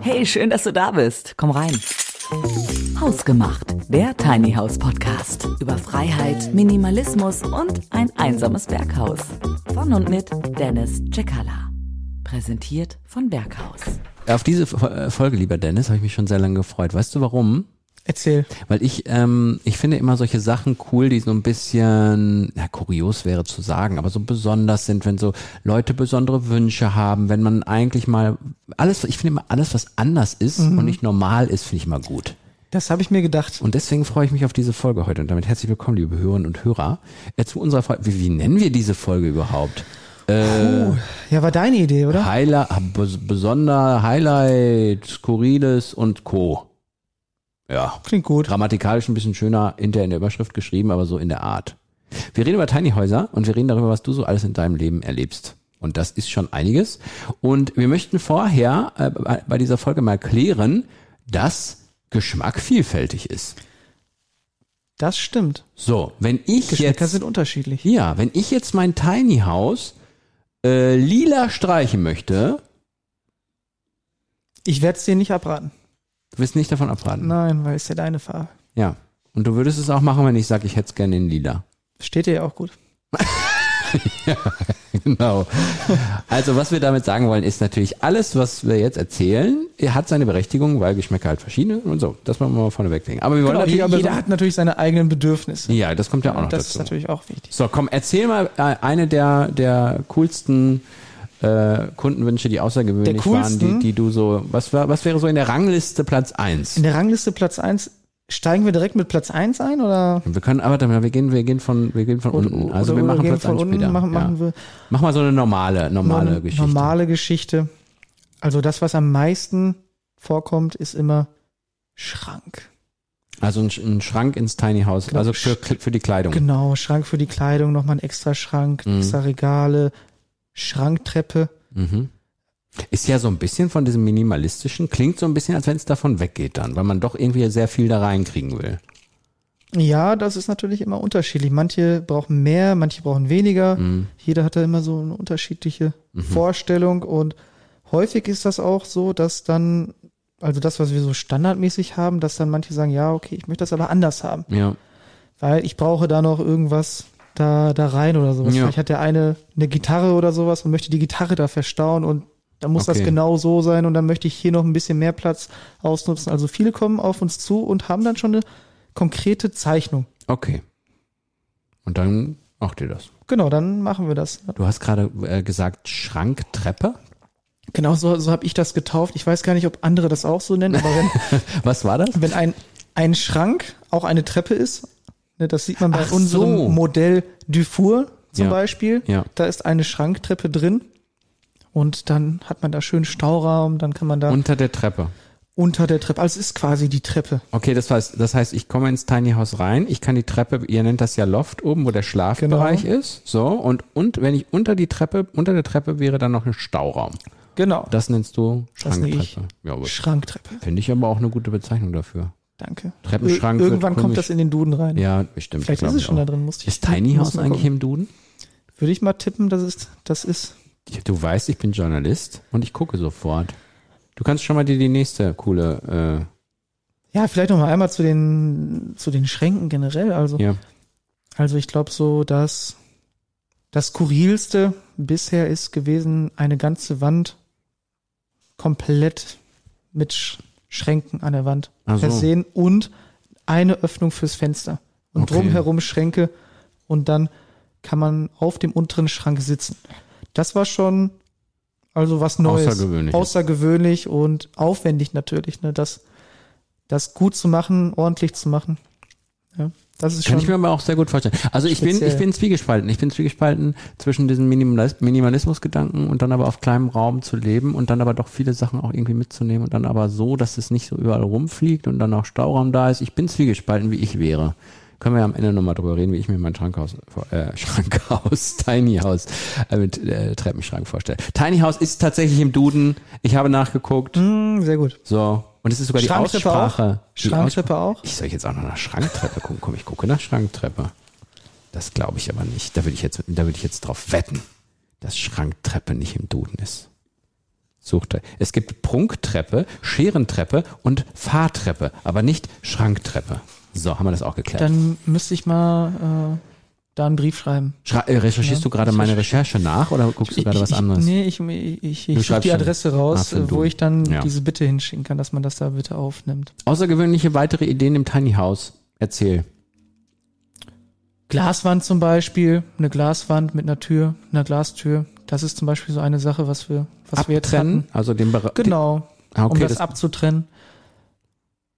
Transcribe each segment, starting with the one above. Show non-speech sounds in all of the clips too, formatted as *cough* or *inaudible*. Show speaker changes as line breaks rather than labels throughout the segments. Hey, schön, dass du da bist. Komm rein. Hausgemacht, der Tiny House Podcast über Freiheit, Minimalismus und ein einsames Berghaus. Von und mit Dennis Cekala. Präsentiert von Berghaus.
Auf diese Fo- äh, Folge, lieber Dennis, habe ich mich schon sehr lange gefreut. Weißt du warum?
Erzähl.
Weil ich, ähm, ich finde immer solche Sachen cool, die so ein bisschen, na, kurios wäre zu sagen, aber so besonders sind, wenn so Leute besondere Wünsche haben, wenn man eigentlich mal alles, ich finde immer alles, was anders ist und nicht normal ist, finde ich mal gut.
Das habe ich mir gedacht.
Und deswegen freue ich mich auf diese Folge heute und damit herzlich willkommen, liebe Hörerinnen und Hörer, äh, zu unserer Folge. Wie, wie nennen wir diese Folge überhaupt? Äh,
Ja, war deine Idee, oder?
Highlight, bes- besonder, Highlight, Skurriles und Co. Ja.
Klingt gut.
Grammatikalisch ein bisschen schöner hinter in der Überschrift geschrieben, aber so in der Art. Wir reden über Tiny Häuser und wir reden darüber, was du so alles in deinem Leben erlebst. Und das ist schon einiges. Und wir möchten vorher äh, bei- bei dieser Folge mal klären, dass Geschmack vielfältig ist.
Das stimmt.
So, wenn ich
Geschmäcker
jetzt
sind unterschiedlich.
ja, wenn ich jetzt mein Tiny House äh, lila streichen möchte,
Ich werde es dir nicht abraten.
du wirst nicht davon abraten.
Nein, weil es ja deine Farbe.
Ja. Und du würdest es auch machen, wenn ich sage, ich hätte es gerne in lila.
Steht dir ja auch gut.
Genau. Also was wir damit sagen wollen, ist natürlich alles, was wir jetzt erzählen, hat seine Berechtigung, weil Geschmäcker halt verschiedene und so. Das wollen wir mal vorne weglegen. Aber wir wollen
Genau,
natürlich
jeder,
aber
jeder
so-
hat natürlich seine eigenen Bedürfnisse.
ja, das kommt ja auch noch
Und das ist
dazu.
natürlich auch wichtig.
So, komm, erzähl mal äh, eine der der coolsten äh, Kundenwünsche, die außergewöhnlich
Der
waren, die,
coolsten?
die du so, was war, was wäre so in der Rangliste Platz eins?
In der Rangliste Platz 1, steigen wir direkt mit Platz 1 ein oder?
Wir können, aber dann, wir gehen, wir gehen von, wir gehen von unten. Also wir machen
gehen
Platz eins später.
Machen,
ja.
machen wir
Mach mal so eine normale, normale
norm-
Geschichte.
normale Geschichte. Also das, was am meisten vorkommt, ist immer Schrank.
Also ein, Sch- ein Schrank ins Tiny House,
Genau.
also für, für die Kleidung.
Genau, Schrank für die Kleidung, nochmal ein extra Schrank, extra Regale, Schranktreppe.
Mhm. Ist ja so ein bisschen von diesem minimalistischen, klingt so ein bisschen, als wenn es davon weggeht dann, weil man doch irgendwie sehr viel da reinkriegen will.
Ja, das ist natürlich immer unterschiedlich. Manche brauchen mehr, manche brauchen weniger. Jeder hat da immer so eine unterschiedliche Vorstellung und häufig ist das auch so, dass dann, also das, was wir so standardmäßig haben, dass dann manche sagen, ja, okay, ich möchte das aber anders haben,
Ja.
weil ich brauche da noch irgendwas da, da rein oder sowas.
Ja.
Vielleicht hat der eine eine Gitarre oder sowas und möchte die Gitarre da verstauen und dann muss das
Okay.
genau so sein und dann möchte ich hier noch ein bisschen mehr Platz ausnutzen. Also viele kommen auf uns zu und haben dann schon eine konkrete Zeichnung.
Okay. Und dann macht ihr das.
Genau, dann machen wir das.
Du hast gerade äh, gesagt Schranktreppe.
Genau so, so habe ich das getauft. Ich weiß gar nicht, ob andere das auch so nennen, aber
*laughs*
wenn,
Was war das?
wenn ein, ein Schrank auch eine Treppe ist, ne, das sieht man bei
Ach so.
unserem Modell Dufour zum
Ja.
Beispiel,
Ja.
da ist eine Schranktreppe drin und dann hat man da schön Stauraum, dann kann man da
Unter der Treppe.
unter der Treppe, also es ist quasi die Treppe.
Okay, das heißt, das heißt, ich komme ins Tiny House rein, ich kann die Treppe, ihr nennt das ja Loft oben, wo der Schlafbereich
Genau.
ist, so und und wenn ich unter die Treppe, unter der Treppe wäre dann noch ein Stauraum.
Genau,
Das nennst du
Das nenne ich
Schranktreppe. Ja, aber
Schranktreppe,
finde ich aber auch eine gute Bezeichnung dafür.
danke.
Treppenschrank
Ir-
wird
Irgendwann kommt
komisch.
das in den Duden rein.
Ja, bestimmt.
Vielleicht
glaub
ist es
ich
schon
auch.
da drin, musste ich
Ist Tiny
muss
House
mal
eigentlich
gucken.
im Duden?
Würde ich mal tippen, das ist, das ist
Ja, Du weißt, ich bin Journalist und ich gucke sofort. Du kannst schon mal dir die nächste coole, äh,
Ja, vielleicht noch mal einmal zu den zu den Schränken generell. Also
äh, ja.
also ich glaube so, dass das skurrilste bisher ist gewesen eine ganze Wand komplett mit Sch Schränken an der Wand
Ach so.
versehen und eine Öffnung fürs Fenster und
Okay.
drumherum Schränke und dann kann man auf dem unteren Schrank sitzen. Das war schon also was Neues,
Außergewöhnliches.
außergewöhnlich und aufwendig natürlich, ne, das das gut zu machen, ordentlich zu machen. Ja, das ist
Kann
schon
ich mir aber auch sehr gut vorstellen. Also ich bin,
Speziell.
ich bin zwiegespalten. Ich bin zwiegespalten zwischen diesen Minimalis Minimalismusgedanken und dann aber auf kleinem Raum zu leben und dann aber doch viele Sachen auch irgendwie mitzunehmen und dann aber so, dass es nicht so überall rumfliegt und dann auch Stauraum da ist. Ich bin zwiegespalten, wie ich wäre. Können wir ja am Ende nochmal drüber reden, wie ich mir mein Schrankhaus, äh, *laughs* Schrankhaus, Tiny House äh, mit äh, Treppenschrank vorstelle. Tiny House ist tatsächlich im Duden. Ich habe nachgeguckt.
Mm, sehr gut.
So. Und es ist sogar die
Schranktreppe
Aussprache.
auch.
Die
Schranktreppe auch.
ich soll jetzt auch noch nach Schranktreppe gucken. Komm, ich gucke nach Schranktreppe. Das glaube ich aber nicht. Da würde ich jetzt, da würde ich jetzt drauf wetten, dass Schranktreppe nicht im Duden ist. Suchte. Es gibt Prunktreppe, Scherentreppe und Fahrtreppe, aber nicht Schranktreppe. So, haben wir das auch geklärt.
Dann müsste ich mal äh, da einen Brief schreiben.
Schrei äh, recherchierst
Ja,
du gerade
ich
meine
recherchiere.
Recherche nach oder guckst du gerade
ich,
was
ich,
anderes?
Nee, ich, ich, ich,
Du
ich suche
schreibst
die
schon.
Adresse raus,
Ah, für
äh, wo
du.
ich dann
Ja.
diese Bitte hinschicken kann, dass man das da bitte aufnimmt.
Außergewöhnliche weitere Ideen im Tiny House. Erzähl.
Glaswand zum Beispiel, eine Glaswand mit einer Tür, einer Glastür. Das ist zum Beispiel so eine Sache, was wir, was wir jetzt hatten.
also den Bereich
Genau,
okay,
um das,
das
abzutrennen.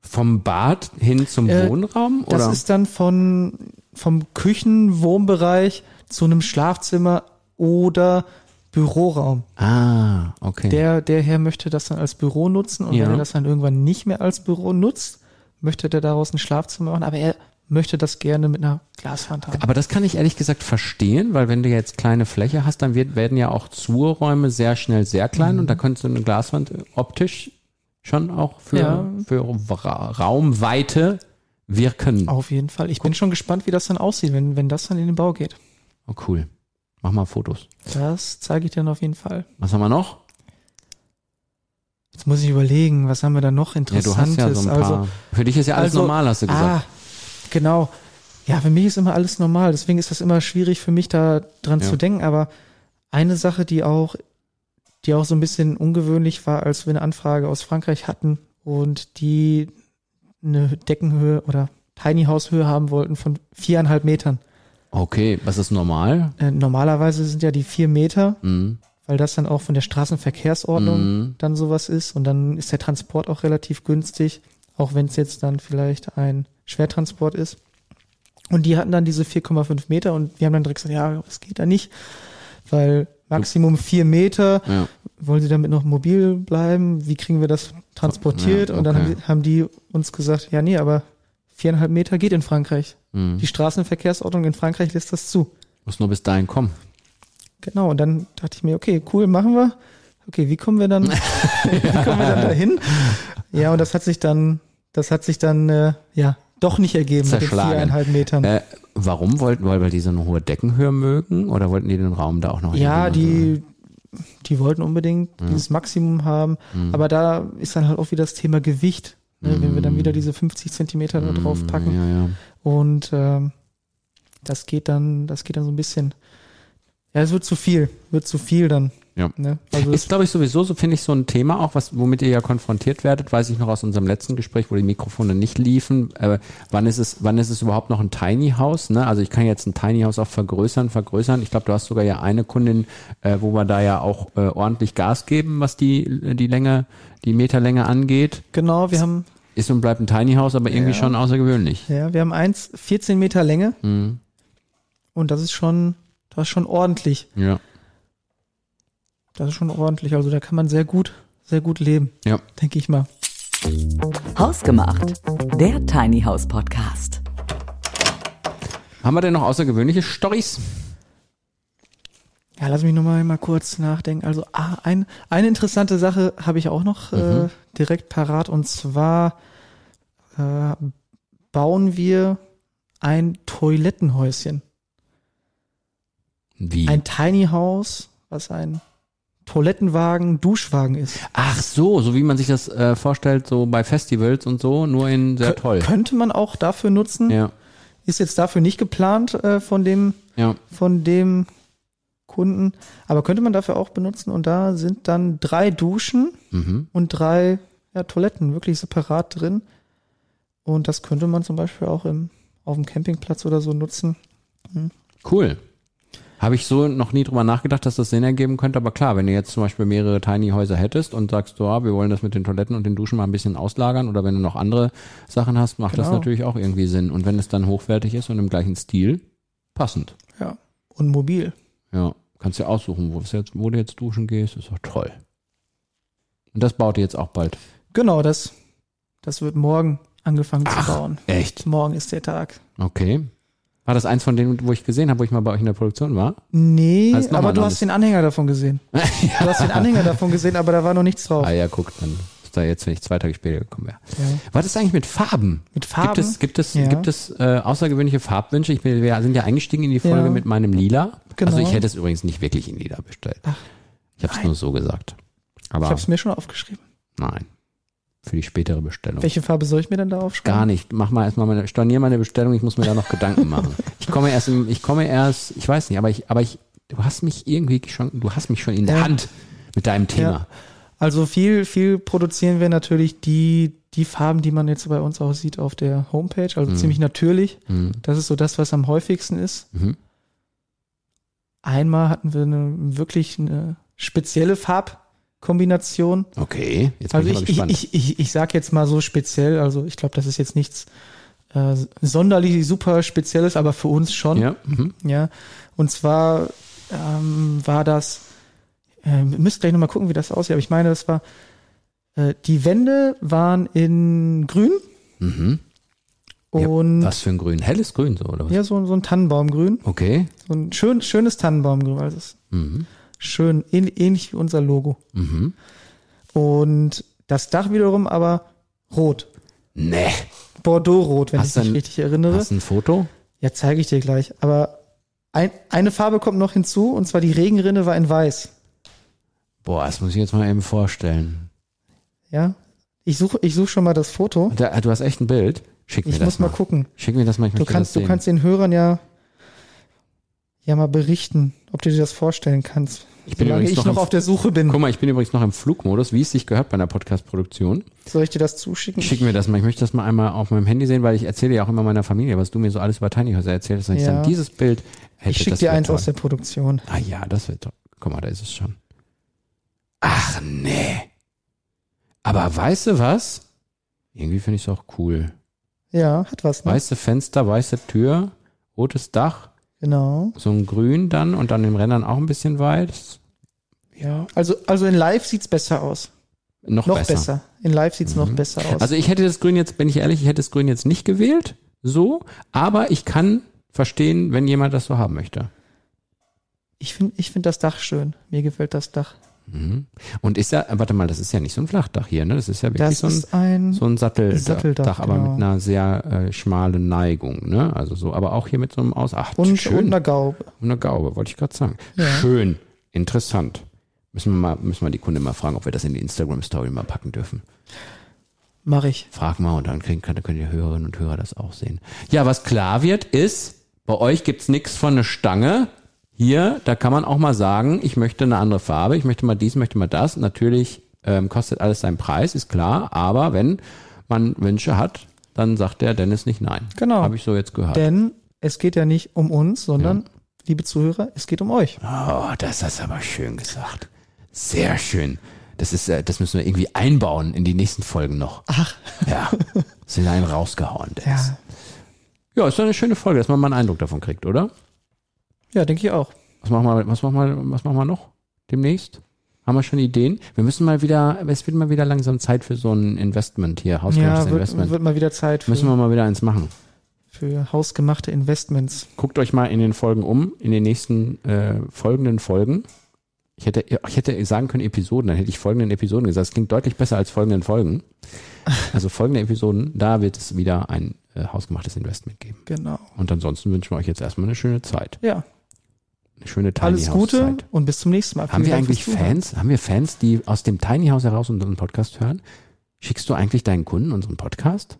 vom Bad hin zum
Äh,
Wohnraum
Das
oder
ist dann von, vom Küchenwohnbereich zu einem Schlafzimmer oder Büroraum.
ah okay
Der, der Herr möchte das dann als Büro nutzen und
Ja.
wenn er das dann irgendwann nicht mehr als Büro nutzt, möchte der daraus ein Schlafzimmer machen, aber er möchte das gerne mit einer Glaswand haben.
Aber das kann ich ehrlich gesagt verstehen, weil wenn du jetzt kleine Fläche hast, dann wird, werden ja auch Zuräume sehr schnell sehr klein und da
Mhm.
könntest du eine Glaswand optisch schon auch für,
Ja.
für Ra Raumweite wirken.
Auf jeden Fall. Ich bin schon gespannt, wie das dann aussieht, wenn, wenn das dann in den Bau geht.
Oh, cool. Mach mal Fotos.
Das zeige ich dir dann auf jeden Fall.
Was haben wir noch?
Jetzt muss ich überlegen, was haben wir da noch
Ja, du hast
Interessantes?
ja so ein paar.
also,
für dich ist ja alles
also-
normal, hast du gesagt.
ah, genau. Ja, für mich ist immer alles normal. Deswegen ist das immer schwierig für mich da dran
Ja.
zu denken. Aber eine Sache, die auch, die auch so ein bisschen ungewöhnlich war, als wir eine Anfrage aus Frankreich hatten und die eine Deckenhöhe oder Tiny House Höhe haben wollten von viereinhalb Metern.
Okay, was ist normal?
Äh, normalerweise sind ja die vier Meter,
Mhm.
weil das dann auch von der Straßenverkehrsordnung
Mhm.
dann sowas ist und dann ist der Transport auch relativ günstig, auch wenn es jetzt dann vielleicht ein Schwertransport ist. Und die hatten dann diese 4,5 Meter und wir haben dann direkt gesagt, ja, das geht da nicht, weil Maximum 4 Meter,
Ja.
wollen sie damit noch mobil bleiben? Wie kriegen wir das transportiert?
Ja,
Und dann
okay.
haben die, haben die uns gesagt, ja, nee, aber viereinhalb Meter geht in Frankreich.
Mhm.
Die Straßenverkehrsordnung in Frankreich lässt das zu.
Muss nur bis dahin kommen.
Genau, und dann dachte ich mir, okay, cool, machen wir. Okay, wie kommen wir dann, *laughs* wie kommen wir dann dahin? Ja, und das hat sich dann, das hat sich dann, äh, ja, doch nicht ergeben
Zerschlagen.
mit den viereinhalb Metern.
Äh, warum wollten, weil, weil die so eine hohe Deckenhöhe mögen oder wollten die den Raum da auch noch
ja,
irgendwie machen?
die, die wollten unbedingt
Mhm.
dieses Maximum haben, aber da ist dann halt auch wieder das Thema Gewicht, ne, wenn wir
Mhm.
dann wieder diese 50 Zentimeter da drauf packen.
Ja, Hm, ja.
Und ähm, das geht dann, das geht dann so ein bisschen, ja, es wird zu viel, wird zu viel dann.
Ja.
Ne? Also
Ist, glaube ich, sowieso, so finde ich, so ein Thema auch, was, womit ihr ja konfrontiert werdet, weiß ich noch aus unserem letzten Gespräch, wo die Mikrofone nicht liefen. Äh, wann ist es, wann ist es überhaupt noch ein Tiny House? Ne? Also ich kann jetzt ein Tiny House auch vergrößern, vergrößern. Ich glaube, du hast sogar ja eine Kundin, äh, wo wir da ja auch äh, ordentlich Gas geben, was die, die Länge, die Meterlänge angeht.
genau, wir haben
Ist und bleibt ein Tiny House, aber irgendwie schon außergewöhnlich.
Ja, wir haben eins 14 Meter Länge
Mhm.
und das ist schon, das ist schon ordentlich.
Ja.
Das ist schon ordentlich. Also da kann man sehr gut, sehr gut leben,
Ja.
denke ich mal.
Hausgemacht, der Tiny House Podcast.
Haben wir denn noch außergewöhnliche Storys?
Ja, lass mich nochmal mal kurz nachdenken. Also ah, ein, eine interessante Sache habe ich auch noch
Mhm.
äh, direkt parat und zwar äh, bauen wir ein Toilettenhäuschen.
Wie?
Ein Tiny House, was ein Toilettenwagen, Duschwagen ist.
Ach so, so wie man sich das äh, vorstellt, so bei Festivals und so, nur in sehr
Kö-
toll.
Könnte man auch dafür nutzen.
Ja,
Ist jetzt dafür nicht geplant äh, von dem
ja.
von dem Kunden. Aber könnte man dafür auch benutzen und da sind dann drei Duschen
Mhm.
und drei ja, Toiletten wirklich separat drin. Und das könnte man zum Beispiel auch im, auf dem Campingplatz oder so nutzen.
Cool. Habe ich so noch nie drüber nachgedacht, dass das Sinn ergeben könnte, aber klar, wenn du jetzt zum Beispiel mehrere Tiny Häuser hättest und sagst, so, ah, wir wollen das mit den Toiletten und den Duschen mal ein bisschen auslagern oder wenn du noch andere Sachen hast, macht das
Genau.
natürlich auch irgendwie Sinn. Und wenn es dann hochwertig ist und im gleichen Stil, passend.
Ja. Und mobil.
Ja, kannst dir aussuchen, wo, es jetzt, wo du jetzt duschen gehst, ist doch toll. Und das baut ihr jetzt auch bald.
Genau, das, das wird morgen angefangen zu bauen.
Echt?
Morgen ist der Tag.
Okay. War das eins von denen, wo ich gesehen habe, wo ich mal bei euch in der Produktion *laughs* war?
Nee,
Heißt nochmal
aber du
ein anderes.
hast den Anhänger davon gesehen. Du hast den Anhänger davon gesehen, aber da war noch nichts drauf.
Ah ja, guck, dann ist da jetzt, wenn ich zwei Tage später gekommen wäre.
Ja.
Was ist eigentlich mit Farben?
Mit Farben?
Gibt es, gibt es,
Ja.
gibt es äh, außergewöhnliche Farbwünsche? Ich bin, wir sind ja eingestiegen in die Folge
Ja.
mit meinem Lila.
Genau.
Also ich hätte es übrigens nicht wirklich in Lila bestellt. ich habe es nur so gesagt.
Ich
Aber
habe es mir schon aufgeschrieben.
nein. Für die spätere Bestellung.
Welche Farbe soll ich mir denn da aufschreiben?
Gar nicht. Mach mal erstmal meine, stornier meine Bestellung, ich muss mir da noch Gedanken
*laughs*
machen. Ich komme erst, im, ich komme erst, ich weiß nicht, aber ich, aber ich, du hast mich irgendwie schon, du hast mich schon in der
Ja.
Hand mit deinem Thema.
Also viel, viel produzieren wir natürlich die, die Farben, die man jetzt bei uns auch sieht auf der Homepage, also ziemlich natürlich.
Mhm.
Das ist so das, was am häufigsten ist.
Mhm.
Einmal hatten wir eine, wirklich eine spezielle Farbkombination.
Okay, jetzt bin
Also
ich, aber
ich, ich,
gespannt.
ich, ich, ich sag jetzt mal so speziell, also ich glaube, das ist jetzt nichts äh, sonderlich super spezielles, aber für uns schon.
ja, mhm.
Ja, und zwar ähm, war das, äh, müsst gleich nochmal gucken, wie das aussieht, aber ich meine, das war, äh, die Wände waren in grün
Mhm. Ja,
und ja,
Was für ein Grün? Helles Grün so, oder was?
so, so ein Tannenbaumgrün,
Okay.
so ein schön, schönes Tannenbaumgrün, also es ist
Mhm.
schön, ähn, ähnlich wie unser Logo.
Mhm.
Und das Dach wiederum aber rot,
Nee.
Bordeaux-rot, wenn
Hast
ich mich
du ein-
richtig erinnere.
Hast du ein Foto?
Ja, zeige ich dir gleich, aber ein, eine Farbe kommt noch hinzu und zwar die Regenrinne war in weiß.
Boah, das muss ich jetzt mal eben vorstellen.
Ja. Ich suche ich such schon mal das Foto.
Da, du hast echt ein Bild? Schick mir
Ich
das
muss mal gucken.
Schick mir das mal. Ich
Du
möchte
kannst,
das
du
sehen.
kannst den Hörern ja, ja mal berichten, ob du dir das vorstellen kannst.
Ich bin
Solange
übrigens
ich
noch
noch,
am-
auf der Suche bin.
Guck mal, ich bin übrigens noch im Flugmodus, wie es sich gehört bei einer Podcast-Produktion.
Soll ich dir das zuschicken?
Schick mir das mal. Ich möchte das mal einmal auf meinem Handy sehen, weil ich erzähle ja auch immer meiner Familie, was du mir so alles über Tiny Häuser erzählt hast. Und ich
Ja.
dann dieses Bild hätte
ich schicke
das
dir
wär
eins
toll.
aus der Produktion.
Ah ja, das wird toll. Guck mal, da ist es schon. Ach nee. Aber weißt du was? Irgendwie finde ich es auch cool.
Ja, hat was, ne?
Weiße Fenster, weiße Tür, rotes Dach,
Genau.
so ein Grün dann und an den Rändern auch ein bisschen weiß.
Ja. Also, also in live sieht's besser aus.
Noch,
Noch besser.
besser.
In live sieht's noch besser aus.
Also ich hätte das Grün jetzt, bin ich ehrlich, ich hätte das Grün jetzt nicht gewählt, so, aber ich kann verstehen, wenn jemand das so haben möchte.
ich finde ich find das Dach schön. Mir gefällt das Dach.
Mhm. Und ist ja, äh, warte mal, das ist ja nicht so ein Flachdach hier, ne? Das ist ja wirklich
Das
so ein,
ist ein,
so ein Satteldach,
Satteldach,
Dach, aber
genau.
mit einer sehr äh, schmalen Neigung, ne? Also so, aber auch hier mit so einem Aus. Ach,
und, und
schön.
eine Gaube.
Und eine Gaube, wollte ich gerade sagen.
Ja.
Schön, interessant. Müssen wir mal, müssen wir die Kunde mal fragen, ob wir das in die Instagram-Story mal packen dürfen.
Mach ich.
Frag mal und dann kriegen, kann, dann können die Hörerinnen und Hörer das auch sehen. Ja, was klar wird, ist, bei euch gibt's nix von ne Stange. Hier, da kann man auch mal sagen, ich möchte eine andere Farbe, ich möchte mal dies, möchte mal das. Natürlich ähm, kostet alles seinen Preis, ist klar, aber wenn man Wünsche hat, dann sagt der Dennis nicht nein.
Genau.
Habe ich so jetzt gehört.
Denn es geht ja nicht um uns, sondern, liebe Zuhörer, es geht um euch.
Oh, das hast du aber schön gesagt. Sehr schön. Das ist, äh, das müssen wir irgendwie einbauen in die nächsten Folgen noch. Ach.
*laughs*
Ja. Sind einen rausgehauen, Dennis.
Ja.
Ja. ist doch eine schöne Folge, dass man mal einen Eindruck davon kriegt, oder?
Ja, denke ich auch.
Was machen wir, was machen wir, was machen wir noch demnächst? Haben wir schon Ideen? Wir müssen mal wieder, es wird mal wieder langsam Zeit für so ein Investment hier, hausgerechtes
Ja, wird,
Investment.
wird mal wieder Zeit für,
müssen wir mal wieder eins machen.
für hausgemachte Investments.
guckt euch mal in den Folgen um, in den nächsten äh, folgenden Folgen. Ich hätte, ich hätte sagen können Episoden, dann hätte ich folgenden Episoden gesagt. Das klingt deutlich besser als folgenden
*laughs*
Folgen. Also folgende Episoden, da wird es wieder ein äh, hausgemachtes Investment geben.
Genau.
Und ansonsten wünschen wir euch jetzt erstmal eine schöne Zeit.
Ja,
Eine schöne Tiny
alles
House
Gute
Zeit.
und bis zum nächsten Mal.
Haben
Vielen
wir
Dank fürs
eigentlich
Zuhören.
Fans? Haben wir Fans, die aus dem Tiny House heraus unseren Podcast hören? Schickst du eigentlich deinen Kunden unseren Podcast?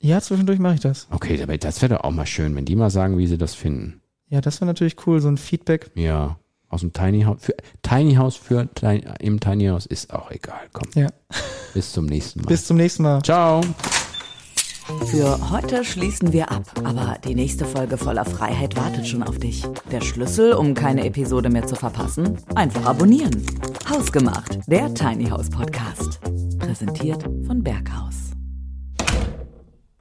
Ja, zwischendurch mache ich das.
Okay, aber das wäre doch auch mal schön, wenn die mal sagen, wie sie das finden.
Ja, das wäre natürlich cool, so ein Feedback.
Ja, aus dem Tiny House. Für, Tiny House für Tiny, im Tiny House ist auch egal. Komm,
Ja.
bis zum nächsten Mal.
Bis zum nächsten Mal.
Ciao.
Für heute schließen wir ab, aber die nächste Folge voller Freiheit wartet schon auf dich. Der Schlüssel, um keine Episode mehr zu verpassen? Einfach abonnieren. Hausgemacht, der Tiny House Podcast. Präsentiert von Berghaus.